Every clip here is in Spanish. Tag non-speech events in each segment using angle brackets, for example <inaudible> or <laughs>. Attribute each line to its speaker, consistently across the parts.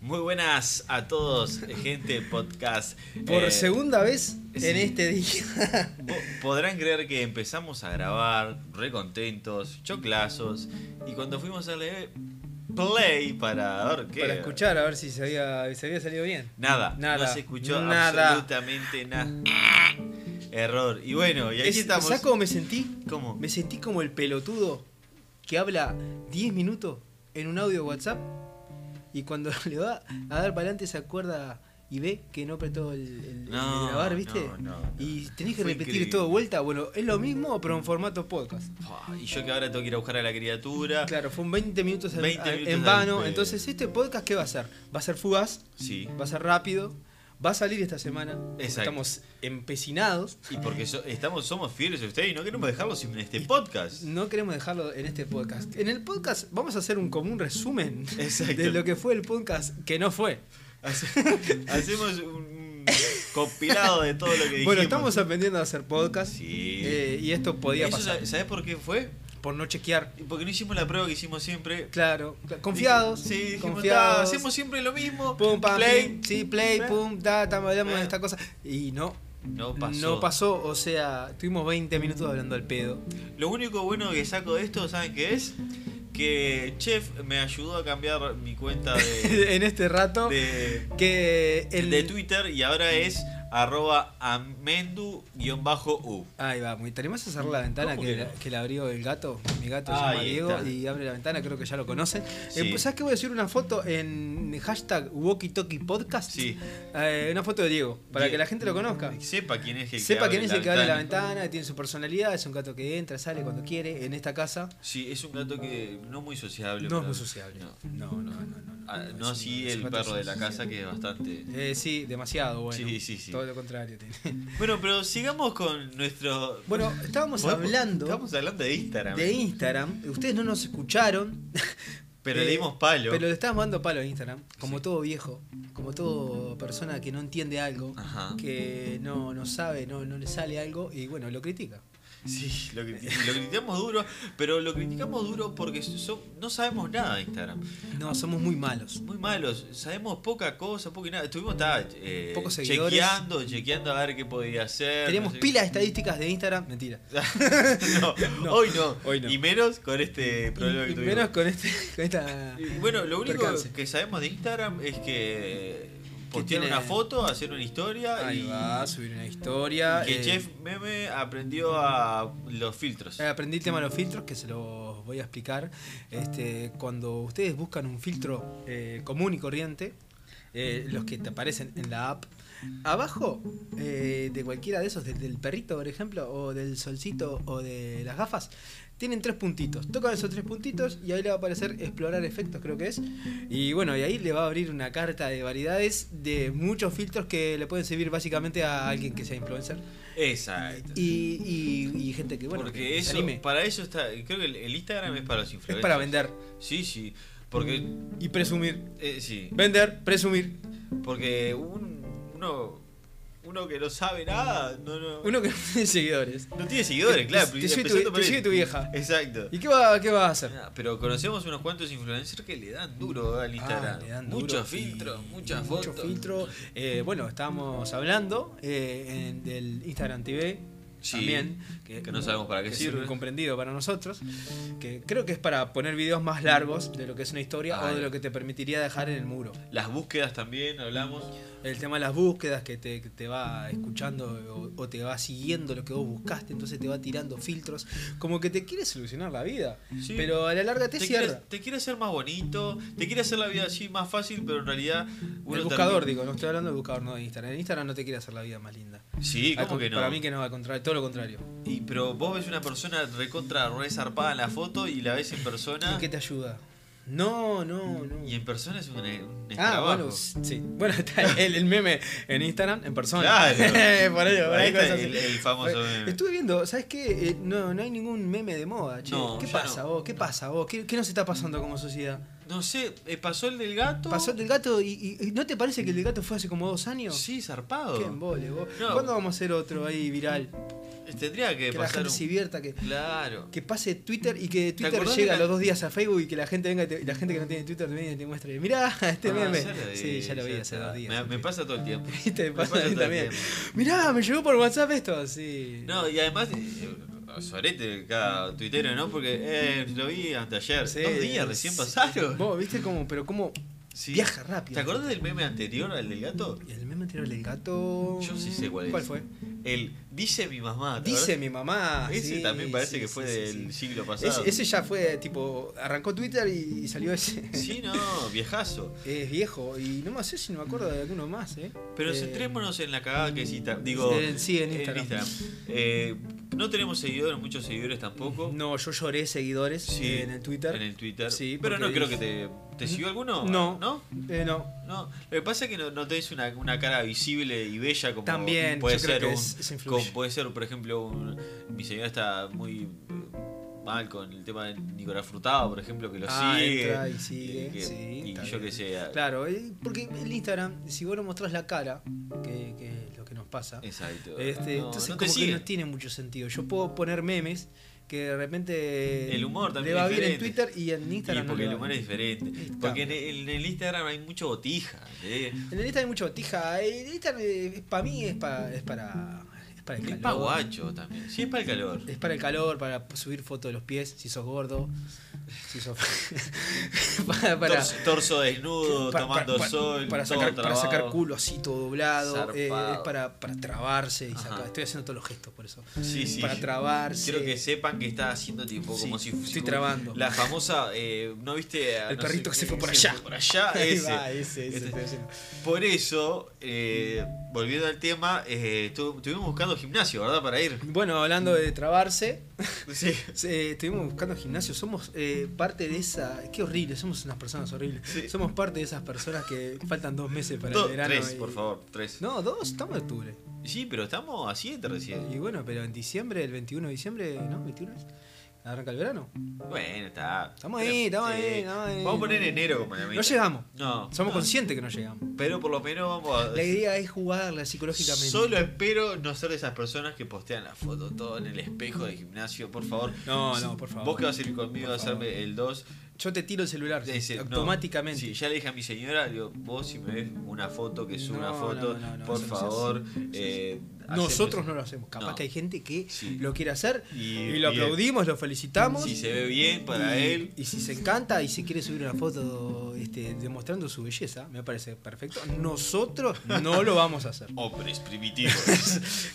Speaker 1: Muy buenas a todos, gente podcast.
Speaker 2: Por
Speaker 1: Eh,
Speaker 2: segunda vez en
Speaker 1: sí.
Speaker 2: este día.
Speaker 1: po- Podrán creer que empezamos a grabar, re contentos, choclazos, y cuando fuimos a darle play para ver qué.
Speaker 2: <laughs> Para escuchar a ver si se había, si había salido bien.
Speaker 1: Nada,
Speaker 2: Nada,
Speaker 1: no se escuchó
Speaker 2: nada.
Speaker 1: absolutamente nada. Error. Y bueno, y aquí
Speaker 2: Es-
Speaker 1: estamos.
Speaker 2: ¿Sabes cómo me sentí?
Speaker 1: ¿Cómo?
Speaker 2: Me sentí como el pelotudo que habla 10 minutos en un audio WhatsApp y cuando <laughs> le va a dar para adelante se acuerda y ve que no apretó el, el- el
Speaker 1: No,
Speaker 2: grabar, ¿viste?
Speaker 1: no, no, no.
Speaker 2: Y tenés que
Speaker 1: Fue
Speaker 2: repetir
Speaker 1: increíble.
Speaker 2: todo de vuelta. Bueno, es lo mismo, pero en formato podcast.
Speaker 1: Fua, Y yo que ahora tengo que ir a buscar a la criatura.
Speaker 2: Claro, fue un 20 minutos, al-
Speaker 1: 20
Speaker 2: al-
Speaker 1: Ah. minutos
Speaker 2: en
Speaker 1: al
Speaker 2: vano.
Speaker 1: pedo.
Speaker 2: Entonces, ¿este podcast qué va a ser? ¿Va a ser fugaz?
Speaker 1: Sí.
Speaker 2: va a ser rápido, va a salir esta semana. porque
Speaker 1: Exacto.
Speaker 2: Estamos empecinados.
Speaker 1: Y porque so- estamos, somos fieles a ustedes y no queremos dejarlo sin este podcast.
Speaker 2: No queremos dejarlo en este podcast. En el podcast vamos a hacer un común resumen
Speaker 1: Exacto.
Speaker 2: de lo que fue el podcast que no fue.
Speaker 1: Hace- <laughs> Hacemos un compilado de todo lo que dijimos.
Speaker 2: Bueno, estamos aprendiendo a hacer podcast
Speaker 1: Sí.
Speaker 2: eh, y esto podía
Speaker 1: Eso
Speaker 2: pasar
Speaker 1: sa- ¿Sabés por qué fue?
Speaker 2: por no chequear.
Speaker 1: Porque no hicimos la prueba que hicimos siempre.
Speaker 2: Claro, cla- confiados.
Speaker 1: Sí, dijimos, "Ta,
Speaker 2: confiados.
Speaker 1: hacemos siempre lo mismo.
Speaker 2: Pum, pam,
Speaker 1: play.
Speaker 2: pim, sí, play,
Speaker 1: Play.
Speaker 2: pum, ta, ta, hablamos
Speaker 1: Ah.
Speaker 2: de esta cosa. Y no,
Speaker 1: No pasó.
Speaker 2: no pasó. O sea, tuvimos 20 minutos hablando al pedo.
Speaker 1: Lo único bueno que saco de esto, ¿saben qué es? Que Chef me ayudó a cambiar mi cuenta
Speaker 2: <laughs>
Speaker 1: de,
Speaker 2: en este rato.
Speaker 1: de,
Speaker 2: que el
Speaker 1: de Twitter y ahora es arroba amendu-u.
Speaker 2: Ahí va, muy. ¿Tenemos a cerrar la ventana
Speaker 1: Mm, ¿Cómo
Speaker 2: que,
Speaker 1: que
Speaker 2: la-
Speaker 1: no?
Speaker 2: que la abrió el gato? Mi gato se
Speaker 1: Ahí
Speaker 2: llama Diego
Speaker 1: está.
Speaker 2: y abre la ventana, creo que ya lo conocen.
Speaker 1: Sí.
Speaker 2: Eh, pues, ¿Sabes qué? Voy a decir una foto en hashtag WalkieTalkie Podcast.
Speaker 1: Sí.
Speaker 2: Eh, una foto de Diego, para
Speaker 1: Die-
Speaker 2: que la gente lo conozca.
Speaker 1: Sepa quién es el que
Speaker 2: Sepa
Speaker 1: abre
Speaker 2: quién es el que abre la
Speaker 1: ventana.
Speaker 2: ventana, tiene su personalidad, es un gato que entra, sale cuando quiere, en esta casa.
Speaker 1: Sí, es un gato que no muy sociable.
Speaker 2: No es
Speaker 1: pero-
Speaker 2: muy sociable.
Speaker 1: No,
Speaker 2: No, no, no. No, no,
Speaker 1: Ah, no
Speaker 2: no, es un-
Speaker 1: así
Speaker 2: es un
Speaker 1: el
Speaker 2: gato
Speaker 1: perro de la
Speaker 2: sociable.
Speaker 1: casa que es bastante...
Speaker 2: Eh, sí, demasiado bueno.
Speaker 1: Sí, sí, sí.
Speaker 2: Todo lo contrario. tiene. <laughs>
Speaker 1: Bueno, pero sigamos con nuestro...
Speaker 2: Bueno, estábamos
Speaker 1: ¿Podemos-
Speaker 2: hablando
Speaker 1: Estamos hablando de Instagram. eh.
Speaker 2: de Instagram. Ustedes no nos escucharon,
Speaker 1: Pero
Speaker 2: Eh,
Speaker 1: le dimos palo.
Speaker 2: Pero le estábamos dando palo a Instagram, como
Speaker 1: Sí.
Speaker 2: todo viejo, como todo persona que no entiende algo,
Speaker 1: Ajá.
Speaker 2: que no, no sabe, no, no le sale algo y bueno, lo critica.
Speaker 1: Sí, lo, cri- lo criticamos duro, pero lo criticamos duro porque so- no sabemos nada de Instagram.
Speaker 2: No, somos muy malos.
Speaker 1: Muy malos, sabemos poca cosa, poca y nada. Estuvimos ta, eh,
Speaker 2: Pocos seguidores.
Speaker 1: chequeando, chequeando a ver qué podía hacer.
Speaker 2: Teníamos
Speaker 1: no sé-
Speaker 2: pilas de estadísticas de Instagram, mentira.
Speaker 1: <laughs> no,
Speaker 2: <laughs> No,
Speaker 1: hoy no.
Speaker 2: hoy no.
Speaker 1: Y menos con este problema
Speaker 2: Y-
Speaker 1: que
Speaker 2: y
Speaker 1: tuvimos.
Speaker 2: menos con, este, con esta...
Speaker 1: Y Bueno, lo único
Speaker 2: Percance.
Speaker 1: que sabemos de Instagram es que
Speaker 2: Que
Speaker 1: postear
Speaker 2: tiene-
Speaker 1: una foto, hacer una historia
Speaker 2: Ahí
Speaker 1: y
Speaker 2: va, subir una historia.
Speaker 1: que
Speaker 2: eh,
Speaker 1: Jeff Meme aprendió a los filtros.
Speaker 2: eh, Aprendí el tema de los filtros, que se los voy a explicar. Este, cuando ustedes buscan un filtro eh, común y corriente, eh, los que te aparecen en la app, abajo eh, de cualquiera de esos, del, del perrito, por ejemplo, o del solcito, o de las gafas, tienen tres puntitos. Tocan esos tres puntitos y ahí le va a aparecer explorar efectos, creo que es. Y bueno, y ahí le va a abrir una carta de variedades de muchos filtros que le pueden servir básicamente a alguien que sea influencer
Speaker 1: Exacto.
Speaker 2: y, y- y gente que, bueno, que
Speaker 1: Porque
Speaker 2: se
Speaker 1: eso,
Speaker 2: anime.
Speaker 1: para eso está. Creo que el, el Instagram es para los
Speaker 2: Es
Speaker 1: influencers.
Speaker 2: para vender
Speaker 1: Sí, sí. Porque.
Speaker 2: y presumir.
Speaker 1: eh, sí.
Speaker 2: Vender, presumir.
Speaker 1: Porque un- uno. Uno que no sabe nada. No, no,
Speaker 2: Uno que no tiene <laughs> seguidores.
Speaker 1: no tiene seguidores, claro.
Speaker 2: Te, te sigue tu,
Speaker 1: empezando por
Speaker 2: te
Speaker 1: ahí.
Speaker 2: sigue tu vieja.
Speaker 1: Exacto.
Speaker 2: ¿Y qué va, qué vas a hacer?
Speaker 1: Ah, Pero conocemos unos cuantos influencers que le dan duro al Instagram.
Speaker 2: Ah, le dan duro.
Speaker 1: Muchos filtros, muchas
Speaker 2: Mucho
Speaker 1: fotos.
Speaker 2: filtro. Eh, bueno, estábamos hablando eh, en- del Instagram TV.
Speaker 1: Sí,
Speaker 2: también,
Speaker 1: que, no sabemos para qué
Speaker 2: que es
Speaker 1: sirve.
Speaker 2: comprendido para nosotros. Que creo que es para poner videos más largos de lo que es una historia
Speaker 1: Ah,
Speaker 2: o de
Speaker 1: ya.
Speaker 2: lo que te permitiría dejar en el muro.
Speaker 1: Las búsquedas también hablamos.
Speaker 2: El tema de las búsquedas que te, que te va escuchando o, o te va siguiendo lo que vos buscaste, entonces te va tirando filtros, como que te quiere solucionar la vida,
Speaker 1: Sí.
Speaker 2: pero a la larga te,
Speaker 1: Te
Speaker 2: cierra.
Speaker 1: quiere, te quiere hacer más bonito, te quiere hacer la vida así más fácil, pero en realidad. uno
Speaker 2: el buscador,
Speaker 1: termina-
Speaker 2: digo, no estoy hablando del buscador, no de Instagram. En Instagram no te quiere hacer la vida más linda.
Speaker 1: Sí,
Speaker 2: Al
Speaker 1: ¿cómo
Speaker 2: con-
Speaker 1: que no?
Speaker 2: Para mí que no, al contrario, todo lo contrario.
Speaker 1: Y, pero vos ves una persona recontra re zarpada en la foto y la ves en persona.
Speaker 2: ¿Y qué te ayuda? No, no, no.
Speaker 1: Ah. Y en persona es un, e-, un
Speaker 2: Ah,
Speaker 1: escarabajo.
Speaker 2: bueno, sí. Bueno, <laughs> está el, el meme en Instagram, en persona.
Speaker 1: Claro.
Speaker 2: <laughs> por ello, por
Speaker 1: Ahí
Speaker 2: ahí
Speaker 1: está
Speaker 2: cosas así.
Speaker 1: el, el famoso
Speaker 2: Oye,
Speaker 1: meme.
Speaker 2: Estuve viendo, ¿sabes qué? Eh, no, no hay ningún meme de moda, che.
Speaker 1: No,
Speaker 2: ¿Qué
Speaker 1: ya
Speaker 2: pasa
Speaker 1: no.
Speaker 2: vos? ¿Qué pasa vos? ¿Qué, qué nos está pasando como sociedad?
Speaker 1: No sé, eh, pasó el del gato.
Speaker 2: ¿Pasó el del gato y, y- y no te parece que el del gato fue hace como dos años?
Speaker 1: Sí, zarpado.
Speaker 2: Qué embole, vos.
Speaker 1: No.
Speaker 2: ¿Cuándo vamos a hacer otro ahí viral?
Speaker 1: Tendría que,
Speaker 2: que la
Speaker 1: pasar
Speaker 2: gente
Speaker 1: un...
Speaker 2: se divierta, que,
Speaker 1: Claro.
Speaker 2: que pase Twitter y que Twitter
Speaker 1: acordás
Speaker 2: llega
Speaker 1: de la-
Speaker 2: los dos días a Facebook y que la gente venga y, te- y la gente que no tiene Twitter te venga y te muestre, mirá, este
Speaker 1: Ah,
Speaker 2: meme.
Speaker 1: ya lo vi,
Speaker 2: sí, ya lo vi
Speaker 1: ya
Speaker 2: hace
Speaker 1: está.
Speaker 2: dos días.
Speaker 1: Me, me pasa todo el tiempo.
Speaker 2: <laughs> Y te
Speaker 1: Me
Speaker 2: pasa a mí
Speaker 1: todo el
Speaker 2: también.
Speaker 1: tiempo.
Speaker 2: Mirá, me llegó por WhatsApp esto, sí.
Speaker 1: No, y además, eh, sorete cada tuitero, ¿no? Porque eh, lo vi hasta ayer.
Speaker 2: Sí,
Speaker 1: Dos días recién
Speaker 2: sí.
Speaker 1: pasaron.
Speaker 2: Vos, viste cómo, pero cómo
Speaker 1: Sí.
Speaker 2: viaja rápido.
Speaker 1: ¿Te acordás del meme anterior al del gato?
Speaker 2: Y el meme anterior del gato.
Speaker 1: Yo sí sé cuál
Speaker 2: ¿Cuál
Speaker 1: es.
Speaker 2: fue?
Speaker 1: El dice mi mamá. ¿te
Speaker 2: Dice
Speaker 1: acordás?
Speaker 2: mi mamá.
Speaker 1: Ese
Speaker 2: sí,
Speaker 1: también parece
Speaker 2: sí,
Speaker 1: que
Speaker 2: sí,
Speaker 1: fue
Speaker 2: sí,
Speaker 1: del
Speaker 2: sí.
Speaker 1: siglo pasado.
Speaker 2: Ese, ese ya fue, tipo, arrancó Twitter y, y salió ese.
Speaker 1: Sí, no, viejazo.
Speaker 2: <laughs> Es viejo y no me sé si no me acuerdo de alguno más, ¿eh?
Speaker 1: Pero
Speaker 2: Eh,
Speaker 1: centrémonos en la cagada que es Instagram. Digo,
Speaker 2: eh, sí, en Instagram.
Speaker 1: Eh, no tenemos seguidores, muchos seguidores tampoco.
Speaker 2: No, yo lloré seguidores
Speaker 1: Sí,
Speaker 2: en el Twitter.
Speaker 1: En el Twitter.
Speaker 2: Sí,
Speaker 1: pero no
Speaker 2: porque-
Speaker 1: creo que te. ¿Te siguió alguno?
Speaker 2: No.
Speaker 1: ¿No?
Speaker 2: Eh, no.
Speaker 1: No, lo que pasa es que no, no tenés una, una cara visible y bella como
Speaker 2: También,
Speaker 1: puede
Speaker 2: yo creo
Speaker 1: ser
Speaker 2: que
Speaker 1: un,
Speaker 2: es- eso influye.
Speaker 1: como puede ser, por ejemplo, un- mi señora está muy eh, mal con el tema de Nicolás Frutado, por ejemplo, que lo
Speaker 2: Ah,
Speaker 1: sigue.
Speaker 2: entra y
Speaker 1: y
Speaker 2: sigue.
Speaker 1: que-
Speaker 2: sí,
Speaker 1: y
Speaker 2: está
Speaker 1: yo
Speaker 2: bien.
Speaker 1: que sé. a-
Speaker 2: Claro, eh, porque el Instagram, si vos no mostrás la cara, que, que es lo que nos pasa,
Speaker 1: Exacto.
Speaker 2: este,
Speaker 1: No,
Speaker 2: entonces
Speaker 1: no te
Speaker 2: como que
Speaker 1: sigue.
Speaker 2: no tiene mucho sentido. Yo puedo poner memes que de repente
Speaker 1: El humor también
Speaker 2: le va
Speaker 1: es
Speaker 2: bien en
Speaker 1: diferente.
Speaker 2: Twitter y en Instagram
Speaker 1: Y
Speaker 2: no
Speaker 1: porque
Speaker 2: le
Speaker 1: el
Speaker 2: va
Speaker 1: humor es
Speaker 2: bien.
Speaker 1: diferente.
Speaker 2: Está
Speaker 1: Porque en el, en el Instagram hay mucho botija. ¿eh?
Speaker 2: En el Instagram hay mucha botija. El Instagram para mí es, pa- es para es para el
Speaker 1: Es
Speaker 2: calor.
Speaker 1: para guacho también. Sí, es para el calor.
Speaker 2: Es para el calor, para subir fotos de los pies, si sos gordo, si sos... <laughs> para, para-
Speaker 1: torso, torso desnudo,
Speaker 2: pa- pa-
Speaker 1: tomando
Speaker 2: pa-
Speaker 1: sol,
Speaker 2: para
Speaker 1: todo
Speaker 2: sacar, para
Speaker 1: trabado.
Speaker 2: sacar culo así todo doblado, eh,
Speaker 1: Zarpado.
Speaker 2: es para, para trabarse y
Speaker 1: Ajá.
Speaker 2: sacar. Estoy haciendo todos los gestos por eso.
Speaker 1: Sí, sí.
Speaker 2: Para trabarse.
Speaker 1: Quiero que sepan que está haciendo tipo
Speaker 2: Sí,
Speaker 1: como si
Speaker 2: estoy
Speaker 1: si-
Speaker 2: trabando.
Speaker 1: La famosa, eh, ¿no viste? a-
Speaker 2: El
Speaker 1: no
Speaker 2: perrito que se
Speaker 1: qué,
Speaker 2: fue por allá.
Speaker 1: por allá,
Speaker 2: <laughs> Ahí
Speaker 1: Ah, ese.
Speaker 2: va, ese, ese,
Speaker 1: Este-
Speaker 2: estoy haciendo.
Speaker 1: Por eso, eh, volviendo al tema, eh, estu- estuvimos buscando gimnasio, ¿verdad? Para
Speaker 2: <laughs>
Speaker 1: ir.
Speaker 2: Bueno, hablando de trabarse,
Speaker 1: Sí.
Speaker 2: eh, estuvimos buscando gimnasio. Somos eh, parte de esa. Qué horrible, somos unas personas horribles.
Speaker 1: Sí.
Speaker 2: Somos parte de esas personas que faltan dos meses para
Speaker 1: Dos-
Speaker 2: el verano.
Speaker 1: tres,
Speaker 2: y-
Speaker 1: por favor, tres.
Speaker 2: No, dos, estamos en octubre.
Speaker 1: Sí, pero estamos a siete recién.
Speaker 2: Y bueno, pero en diciembre, el 21 de diciembre, ¿no? 21 es, Arranca el verano.
Speaker 1: Bueno, está.
Speaker 2: Estamos ahí, estamos ahí, estamos ahí.
Speaker 1: Vamos a poner enero como la
Speaker 2: No
Speaker 1: meta.
Speaker 2: llegamos.
Speaker 1: No.
Speaker 2: Somos
Speaker 1: no.
Speaker 2: conscientes que no llegamos.
Speaker 1: Pero por lo menos vamos a.
Speaker 2: La idea es jugarla psicológicamente.
Speaker 1: Solo espero no ser de esas personas que postean la foto todo en el espejo del gimnasio, por favor.
Speaker 2: No, no, por favor.
Speaker 1: Vos que vas a ir conmigo
Speaker 2: Por
Speaker 1: a hacerme
Speaker 2: favor.
Speaker 1: el 2.
Speaker 2: Yo te tiro el celular automáticamente.
Speaker 1: sí, ya le dije a mi señora, digo, vos si me ves una foto, que suba una
Speaker 2: No,
Speaker 1: foto,
Speaker 2: no, no, no,
Speaker 1: por
Speaker 2: eso no se
Speaker 1: favor.
Speaker 2: hace. Sí, sí.
Speaker 1: eh, haceme-
Speaker 2: Nosotros no lo hacemos. Capaz
Speaker 1: No.
Speaker 2: que hay gente que
Speaker 1: Sí.
Speaker 2: lo quiere hacer
Speaker 1: Y,
Speaker 2: y lo
Speaker 1: bien.
Speaker 2: aplaudimos, lo felicitamos.
Speaker 1: Si se ve bien para
Speaker 2: y,
Speaker 1: él.
Speaker 2: y si se encanta y si quiere subir una foto este, demostrando su belleza, me parece perfecto. Nosotros no lo vamos a hacer.
Speaker 1: Hombres
Speaker 2: <laughs>
Speaker 1: primitivos.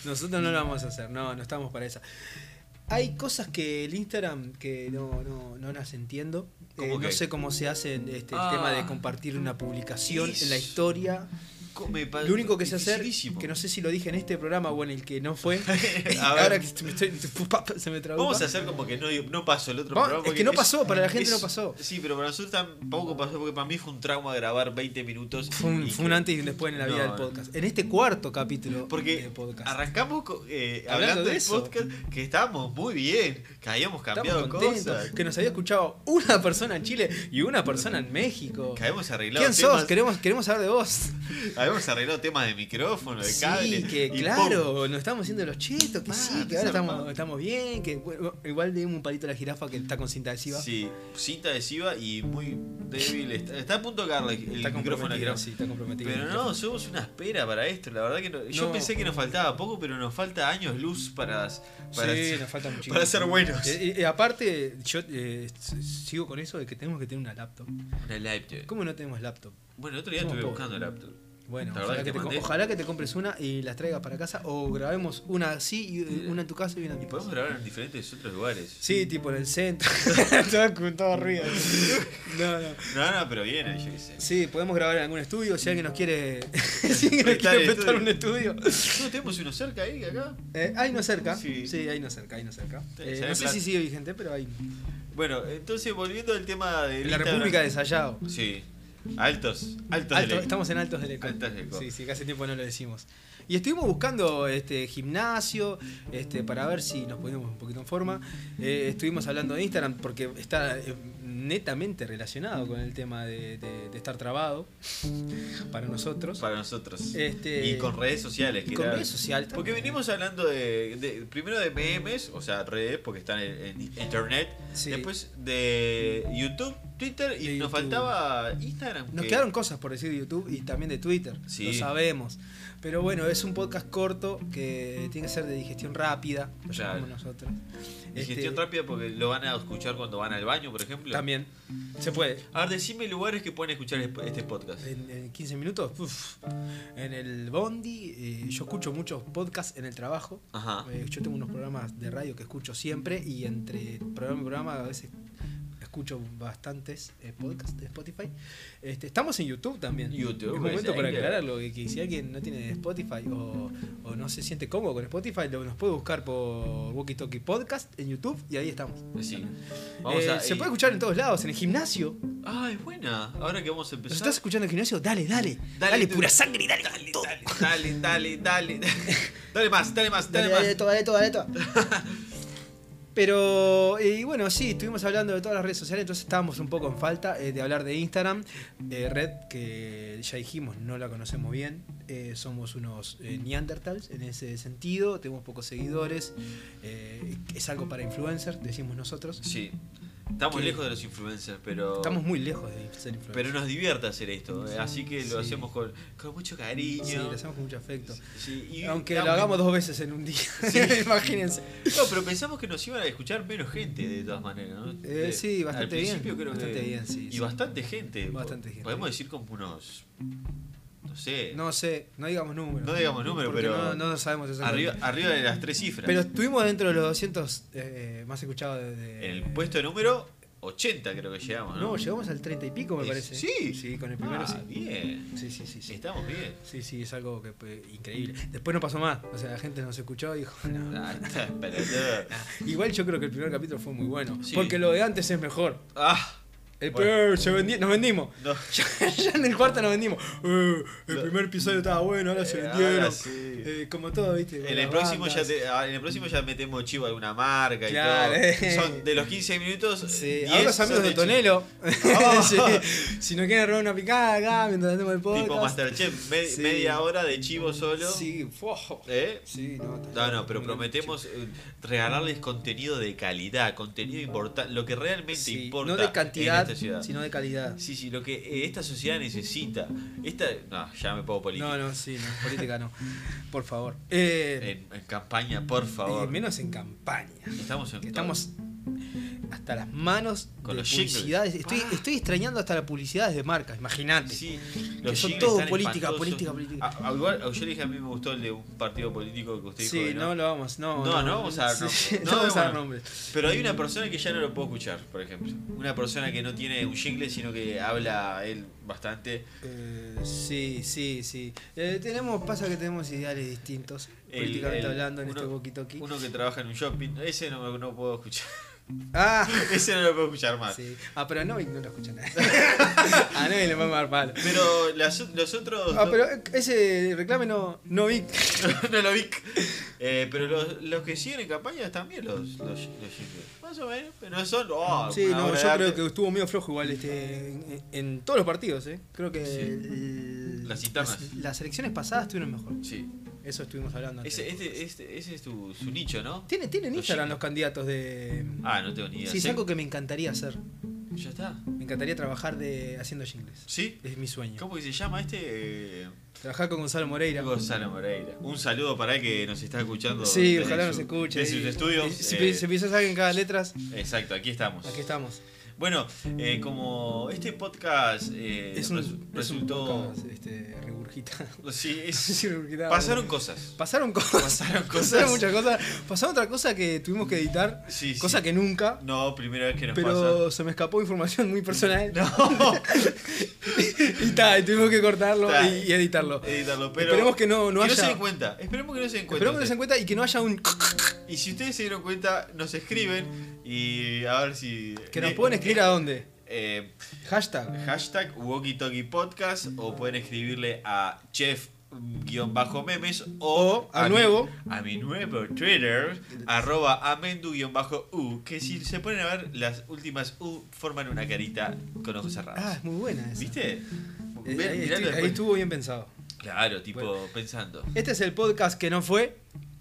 Speaker 2: Nosotros no lo vamos a hacer, no, no estamos para esa. Hay cosas que el Instagram que no, no, no las entiendo.
Speaker 1: ¿Cómo
Speaker 2: Eh, no
Speaker 1: qué?
Speaker 2: sé cómo se hace en este, el
Speaker 1: Ah.
Speaker 2: tema de compartir una publicación en la
Speaker 1: Eso.
Speaker 2: historia.
Speaker 1: Come, pa-
Speaker 2: Lo único que sé hacer,
Speaker 1: dificilísimo.
Speaker 2: que no sé si lo dije en este programa o en el que no fue,
Speaker 1: <laughs> A ver.
Speaker 2: ahora que me estoy- <laughs> se me trabó.
Speaker 1: Vamos a hacer como que no, no pasó el otro
Speaker 2: Vamos,
Speaker 1: programa.
Speaker 2: es
Speaker 1: porque
Speaker 2: que no pasó, para la gente no pasó.
Speaker 1: Sí, pero para nosotros tampoco pasó porque para mí fue un trauma grabar 20 minutos.
Speaker 2: Fue un,
Speaker 1: y
Speaker 2: fue un
Speaker 1: que-
Speaker 2: antes y un después en la vida
Speaker 1: No,
Speaker 2: del podcast. En este cuarto capítulo
Speaker 1: Porque
Speaker 2: del podcast.
Speaker 1: arrancamos co- eh,
Speaker 2: Hablando
Speaker 1: hablando
Speaker 2: de
Speaker 1: del
Speaker 2: eso.
Speaker 1: podcast que estábamos muy bien, que habíamos cambiado
Speaker 2: Estamos contentos
Speaker 1: cosas,
Speaker 2: que nos había escuchado una persona en Chile y una persona en México.
Speaker 1: que habíamos arreglado
Speaker 2: ¿Quién
Speaker 1: temas,
Speaker 2: sos? Queremos, queremos saber de vos.
Speaker 1: habíamos arreglado temas de micrófono, de cable.
Speaker 2: Sí, que
Speaker 1: y pum,
Speaker 2: claro, nos estamos haciendo los chetos, que
Speaker 1: Ah,
Speaker 2: sí, que
Speaker 1: qué
Speaker 2: ahora
Speaker 1: zarpado.
Speaker 2: estamos, estamos bien, que bueno, igual le dimos un palito a la jirafa que está con cinta adhesiva.
Speaker 1: Sí, cinta adhesiva y muy débil. Está, está a punto de caerle el
Speaker 2: está
Speaker 1: micrófono.
Speaker 2: comprometida,
Speaker 1: creo.
Speaker 2: sí, está comprometida.
Speaker 1: Pero no, somos una espera para esto. La verdad que no- yo
Speaker 2: No.
Speaker 1: pensé que nos faltaba poco, pero nos falta años luz para, para,
Speaker 2: sí, nos falta muchísimo.
Speaker 1: para ser buenos.
Speaker 2: Eh, eh, aparte, yo eh, s- sigo con eso de que tenemos que tener una laptop.
Speaker 1: Una laptop.
Speaker 2: ¿Cómo no tenemos laptop?
Speaker 1: Bueno, el otro día
Speaker 2: Somos
Speaker 1: estuve
Speaker 2: pobres.
Speaker 1: buscando laptop.
Speaker 2: Bueno,
Speaker 1: ¿Te acordás
Speaker 2: ojalá
Speaker 1: que
Speaker 2: que,
Speaker 1: te
Speaker 2: te com-
Speaker 1: mandé?
Speaker 2: ojalá que te compres una y las traigas para casa o grabemos una así, y, eh, una en tu casa y una en
Speaker 1: Y
Speaker 2: mi
Speaker 1: podemos
Speaker 2: casa.
Speaker 1: grabar en diferentes otros lugares.
Speaker 2: Sí, tipo en el centro. <laughs> todo, con todo <laughs> ruido. No, no.
Speaker 1: No, no, pero bien, yo qué sé.
Speaker 2: Sí, podemos grabar en algún estudio. Si alguien nos quiere, <laughs> si alguien nos
Speaker 1: Prestar
Speaker 2: quiere
Speaker 1: el
Speaker 2: prestar un estudio. <laughs>
Speaker 1: No, tenemos uno cerca ahí, acá.
Speaker 2: Eh, hay no cerca.
Speaker 1: Sí.
Speaker 2: Sí. hay no cerca, hay no cerca.
Speaker 1: Sí,
Speaker 2: Eh,
Speaker 1: se
Speaker 2: no
Speaker 1: ve
Speaker 2: sé
Speaker 1: plata.
Speaker 2: si sigue vigente, pero hay.
Speaker 1: Bueno, entonces volviendo al tema de.
Speaker 2: En la República de Sayao.
Speaker 1: Sí. Altos. Altos
Speaker 2: Alto-
Speaker 1: de
Speaker 2: estamos en Altos del Eco.
Speaker 1: Altos del Eco.
Speaker 2: Sí, sí, que hace tiempo no lo decimos. Y estuvimos buscando este gimnasio este, para ver si nos poníamos un poquito en forma. Eh, estuvimos hablando de Instagram porque está eh, netamente relacionado con el tema de, de- de estar trabado <laughs> para nosotros.
Speaker 1: Para nosotros.
Speaker 2: Este-
Speaker 1: y con redes sociales.
Speaker 2: y
Speaker 1: que
Speaker 2: con
Speaker 1: era-
Speaker 2: redes sociales.
Speaker 1: Porque venimos hablando de, de- primero de memes, o sea, redes, porque están en, en internet.
Speaker 2: Sí.
Speaker 1: Después de YouTube, Twitter y
Speaker 2: De
Speaker 1: nos
Speaker 2: YouTube.
Speaker 1: faltaba Instagram.
Speaker 2: Nos
Speaker 1: que-
Speaker 2: quedaron cosas por decir de YouTube y también de Twitter,
Speaker 1: Sí.
Speaker 2: lo sabemos. Pero bueno, es un podcast corto que tiene que ser de digestión rápida, lo
Speaker 1: Claro.
Speaker 2: llamamos nosotros.
Speaker 1: Digestión
Speaker 2: Este,
Speaker 1: rápida porque lo van a escuchar cuando van al baño, por ejemplo.
Speaker 2: También. Se puede.
Speaker 1: A ver, decime lugares que pueden escuchar este este podcast.
Speaker 2: En, en 15 minutos, uf. en el Bondi, eh, yo escucho muchos podcasts en el trabajo.
Speaker 1: Ajá.
Speaker 2: Eh, yo tengo unos programas de radio que escucho siempre y entre programa y programa a veces escucho bastantes eh, podcasts de Spotify. Este, estamos en YouTube también.
Speaker 1: YouTube,
Speaker 2: Es un
Speaker 1: pues,
Speaker 2: momento
Speaker 1: hay
Speaker 2: para
Speaker 1: que-
Speaker 2: aclararlo, que, que si alguien no tiene Spotify o, o no se siente cómodo con Spotify, lo- nos puede buscar por Walkie Talkie Podcast en YouTube y ahí estamos.
Speaker 1: Pues Sí.
Speaker 2: También.
Speaker 1: Vamos
Speaker 2: Eh,
Speaker 1: a-
Speaker 2: Se
Speaker 1: y-
Speaker 2: puede escuchar en todos lados, en el gimnasio.
Speaker 1: Ah, es buena. Ahora que vamos a
Speaker 2: ¿Nos
Speaker 1: empezar.
Speaker 2: estás escuchando en el gimnasio? Dale, dale. Dale,
Speaker 1: tú.
Speaker 2: pura sangre, dale,
Speaker 1: Dale,
Speaker 2: dale, todo.
Speaker 1: dale, dale, dale, dale.
Speaker 2: <laughs>
Speaker 1: Dale más, dale más, dale,
Speaker 2: Dale, dale,
Speaker 1: más.
Speaker 2: todo, dale, todo, dale, todo. <laughs> Pero, eh, y bueno, sí, estuvimos hablando de todas las redes sociales, entonces estábamos un poco en falta eh, de hablar de Instagram, eh, red que ya dijimos, no la conocemos bien, eh, somos unos eh, neandertals en ese sentido, tenemos pocos seguidores, eh, es algo para influencers, decimos nosotros.
Speaker 1: Sí. Estamos
Speaker 2: Que-
Speaker 1: lejos de los influencers, pero.
Speaker 2: Estamos muy lejos de ser influencers.
Speaker 1: Pero nos divierte hacer esto. eh, Así que lo
Speaker 2: Sí.
Speaker 1: hacemos con, con mucho cariño.
Speaker 2: Sí, lo hacemos con mucho afecto.
Speaker 1: Sí, y-
Speaker 2: Aunque lo hagamos dos veces en un día,
Speaker 1: Sí.
Speaker 2: <laughs> imagínense.
Speaker 1: No, pero pensamos que nos iban a escuchar menos gente de todas maneras, ¿no?
Speaker 2: Eh,
Speaker 1: De-
Speaker 2: sí, bastante
Speaker 1: al
Speaker 2: bien,
Speaker 1: principio Creo
Speaker 2: bastante
Speaker 1: que,
Speaker 2: bien, sí,
Speaker 1: Y
Speaker 2: sí.
Speaker 1: bastante gente.
Speaker 2: Bastante gente.
Speaker 1: Podemos decir como unos. No sé.
Speaker 2: No sé, no digamos números.
Speaker 1: No digamos números,
Speaker 2: porque
Speaker 1: pero-
Speaker 2: No, no sabemos exactamente.
Speaker 1: arriba, arriba de las tres cifras.
Speaker 2: Pero estuvimos dentro de los 200 eh, más escuchados de, de-
Speaker 1: en el puesto número 80 creo que llegamos, ¿no?
Speaker 2: No, llegamos al 30 y pico, me
Speaker 1: Es-
Speaker 2: parece.
Speaker 1: sí.
Speaker 2: Sí, con el primero
Speaker 1: Ah,
Speaker 2: sí.
Speaker 1: bien.
Speaker 2: Sí, sí, sí, sí.
Speaker 1: Estamos
Speaker 2: <laughs>
Speaker 1: bien.
Speaker 2: Sí, sí, es algo que fue increíble. Después no pasó más. O sea, la gente nos escuchó y dijo, <laughs> no.
Speaker 1: Ah, está, pero yo-
Speaker 2: Igual yo creo que el primer capítulo fue muy bueno.
Speaker 1: Sí.
Speaker 2: Porque lo de antes es mejor.
Speaker 1: Ah,
Speaker 2: El
Speaker 1: Bueno.
Speaker 2: primer se vendi- nos vendimos. <laughs>
Speaker 1: no.
Speaker 2: Ya, ya en el cuarto nos vendimos. Eh, el
Speaker 1: Lo-
Speaker 2: primer episodio estaba bueno, ahora se
Speaker 1: Eh, ahora
Speaker 2: vendieron.
Speaker 1: sí.
Speaker 2: Eh, como todo, viste. con
Speaker 1: En el,
Speaker 2: las
Speaker 1: próximo ya
Speaker 2: bandas.
Speaker 1: te- ah, en el próximo ya metemos chivo a alguna marca
Speaker 2: Claro,
Speaker 1: y todo.
Speaker 2: eh.
Speaker 1: Son de los 15 minutos.
Speaker 2: Sí,
Speaker 1: 10
Speaker 2: a los amigos
Speaker 1: son
Speaker 2: de
Speaker 1: chivo.
Speaker 2: Tonelo.
Speaker 1: <laughs>
Speaker 2: <laughs>
Speaker 1: Ah.
Speaker 2: Sí, Si no quieren robar una picada acá mientras hacemos el podcast.
Speaker 1: Tipo Masterchef, me-
Speaker 2: Sí.
Speaker 1: media hora de chivo solo.
Speaker 2: Sí, fo.
Speaker 1: ¿Eh?
Speaker 2: Sí, no,
Speaker 1: No,
Speaker 2: está bien.
Speaker 1: no, pero prometemos eh, regalarles contenido de calidad, contenido importante, lo que realmente
Speaker 2: Sí,
Speaker 1: importa.
Speaker 2: No de
Speaker 1: en
Speaker 2: cantidad,
Speaker 1: esta ciudad.
Speaker 2: sino de calidad.
Speaker 1: Sí, sí, lo que eh, esta sociedad necesita. Esta, no, ya me pongo político.
Speaker 2: No, no, sí, no,
Speaker 1: <laughs>
Speaker 2: política no. Por favor. Eh,
Speaker 1: En, en campaña, por favor.
Speaker 2: y menos en campaña.
Speaker 1: Estamos en
Speaker 2: Que estamos hasta las manos
Speaker 1: Con
Speaker 2: de
Speaker 1: los jingles.
Speaker 2: publicidades. Estoy,
Speaker 1: Ah.
Speaker 2: estoy extrañadas hasta las publicidades de marcas, imagínate.
Speaker 1: Sí,
Speaker 2: que
Speaker 1: los
Speaker 2: son
Speaker 1: jingles
Speaker 2: todo
Speaker 1: están
Speaker 2: política,
Speaker 1: espantosos.
Speaker 2: política, política.
Speaker 1: A- a- igual, a- yo le dije a mí me gustó el de un partido político que usted dijo.
Speaker 2: Sí,
Speaker 1: que
Speaker 2: no lo vamos, no.
Speaker 1: No, no vamos a dar
Speaker 2: Sí,
Speaker 1: nombres.
Speaker 2: <laughs> no
Speaker 1: No,
Speaker 2: vamos a dar
Speaker 1: bueno.
Speaker 2: nombres.
Speaker 1: Pero hay
Speaker 2: mm.
Speaker 1: una persona que ya no lo puedo escuchar, por ejemplo. Una persona que no tiene un jingle, sino que habla él bastante.
Speaker 2: Eh, sí, sí, sí. Eh, tenemos, pasa que tenemos ideales distintos,
Speaker 1: El-
Speaker 2: políticamente
Speaker 1: el-
Speaker 2: hablando, en
Speaker 1: uno-
Speaker 2: este walkie-talkie.
Speaker 1: Uno que trabaja en un shopping. Ese no, me- no puedo
Speaker 2: <laughs>
Speaker 1: escuchar. <laughs>
Speaker 2: Ah,
Speaker 1: Ese no lo puedo escuchar más.
Speaker 2: sí. Ah, pero a Novi no lo escucha nadie. <laughs> a Novi le vamos a dar palo.
Speaker 1: Pero las o- los otros.
Speaker 2: Ah,
Speaker 1: no-
Speaker 2: pero ese reclame no, no vi.
Speaker 1: <laughs> no, no lo vi. Eh, pero los, los que siguen en campaña también los, los, los jingles. Más o menos. Pero no son. oh,
Speaker 2: Sí,
Speaker 1: una
Speaker 2: no,
Speaker 1: obra
Speaker 2: yo
Speaker 1: de
Speaker 2: creo
Speaker 1: arte.
Speaker 2: que estuvo medio flojo igual este, en, en todos los partidos, ¿eh? Creo que
Speaker 1: Sí.
Speaker 2: el-
Speaker 1: Las internas.
Speaker 2: las, las elecciones pasadas estuvieron mejor.
Speaker 1: Sí.
Speaker 2: Eso estuvimos hablando. antes.
Speaker 1: Ese, este- este- ese es tu, su nicho, ¿no?
Speaker 2: Tienen, tienen
Speaker 1: Los
Speaker 2: Instagram
Speaker 1: chicos.
Speaker 2: los candidatos de...
Speaker 1: Ah, no tengo ni idea.
Speaker 2: sí, es
Speaker 1: Sé-
Speaker 2: algo que me encantaría hacer.
Speaker 1: Ya está.
Speaker 2: Me encantaría trabajar de haciendo jingles.
Speaker 1: ¿Sí?
Speaker 2: Es mi sueño.
Speaker 1: ¿Cómo que se llama este? Eh,
Speaker 2: Trabajar con Gonzalo Moreira.
Speaker 1: Gonzalo Moreira. Un saludo para él que nos está escuchando.
Speaker 2: Sí,
Speaker 1: desde
Speaker 2: ojalá nos
Speaker 1: su-
Speaker 2: escuche.
Speaker 1: Desde sus
Speaker 2: Y-
Speaker 1: estudios.
Speaker 2: y Si,
Speaker 1: eh,
Speaker 2: pi- si pisas alguien cada letras,
Speaker 1: Exacto, aquí estamos.
Speaker 2: aquí estamos.
Speaker 1: Bueno, eh, como este podcast eh,
Speaker 2: Es un,
Speaker 1: resu-
Speaker 2: es un
Speaker 1: resultó.
Speaker 2: podcast, este, regurgitado. <laughs>
Speaker 1: Sí, es-
Speaker 2: Sí, regurgitado.
Speaker 1: pasaron cosas.
Speaker 2: Pasaron cosas.
Speaker 1: Pasaron
Speaker 2: <laughs> Pasaron
Speaker 1: cosas.
Speaker 2: muchas cosas. Pasaron otra cosa que tuvimos que editar.
Speaker 1: Sí, sí.
Speaker 2: Cosa que nunca.
Speaker 1: No, primera vez que nos
Speaker 2: Pero se me escapó información muy personal.
Speaker 1: pasa. <laughs> No.
Speaker 2: y ta, y tuvimos que cortarlo
Speaker 1: Ta.
Speaker 2: y, y editarlo.
Speaker 1: Editarlo, pero.
Speaker 2: Esperemos que no- no
Speaker 1: que
Speaker 2: haya-
Speaker 1: se den cuenta. Esperemos que no se den cuenta.
Speaker 2: Esperamos que se den cuenta y que no haya un.
Speaker 1: Y si ustedes se dieron cuenta, nos escriben y a ver si.
Speaker 2: <laughs> Que nos
Speaker 1: eh,
Speaker 2: pueden escribir a dónde.
Speaker 1: eh,
Speaker 2: Hashtag.
Speaker 1: hashtag Walkie Talkie Podcast o pueden escribirle a Chef guión bajo memes
Speaker 2: O
Speaker 1: o
Speaker 2: a
Speaker 1: mi-
Speaker 2: nuevo.
Speaker 1: a mi nuevo Twitter arroba amendu guión bajo u que si se ponen a ver las últimas u forman una carita con ojos cerrados
Speaker 2: Ah, es muy buena esa.
Speaker 1: viste
Speaker 2: Eh,
Speaker 1: Ve- miralo
Speaker 2: ahí, estoy- ahí
Speaker 1: después.
Speaker 2: estuvo bien pensado.
Speaker 1: claro tipo pensando
Speaker 2: Este es el podcast que no fue.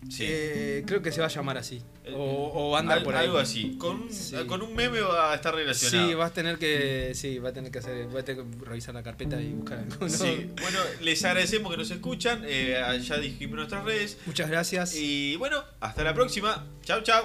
Speaker 1: sí
Speaker 2: Eh, creo que se va a llamar así.
Speaker 1: Eh,
Speaker 2: O, o anda
Speaker 1: Al-
Speaker 2: por ahí.
Speaker 1: algo así con un,
Speaker 2: Sí.
Speaker 1: con un meme va a estar relacionado
Speaker 2: Sí, vas a tener que. Sí, va a tener que hacer. Va a tener que revisar la carpeta y buscar alguno.
Speaker 1: Sí, bueno, les agradecemos que nos escuchan. eh, ya dijimos nuestras redes.
Speaker 2: Muchas gracias.
Speaker 1: Y bueno, hasta la próxima. Chau, chau.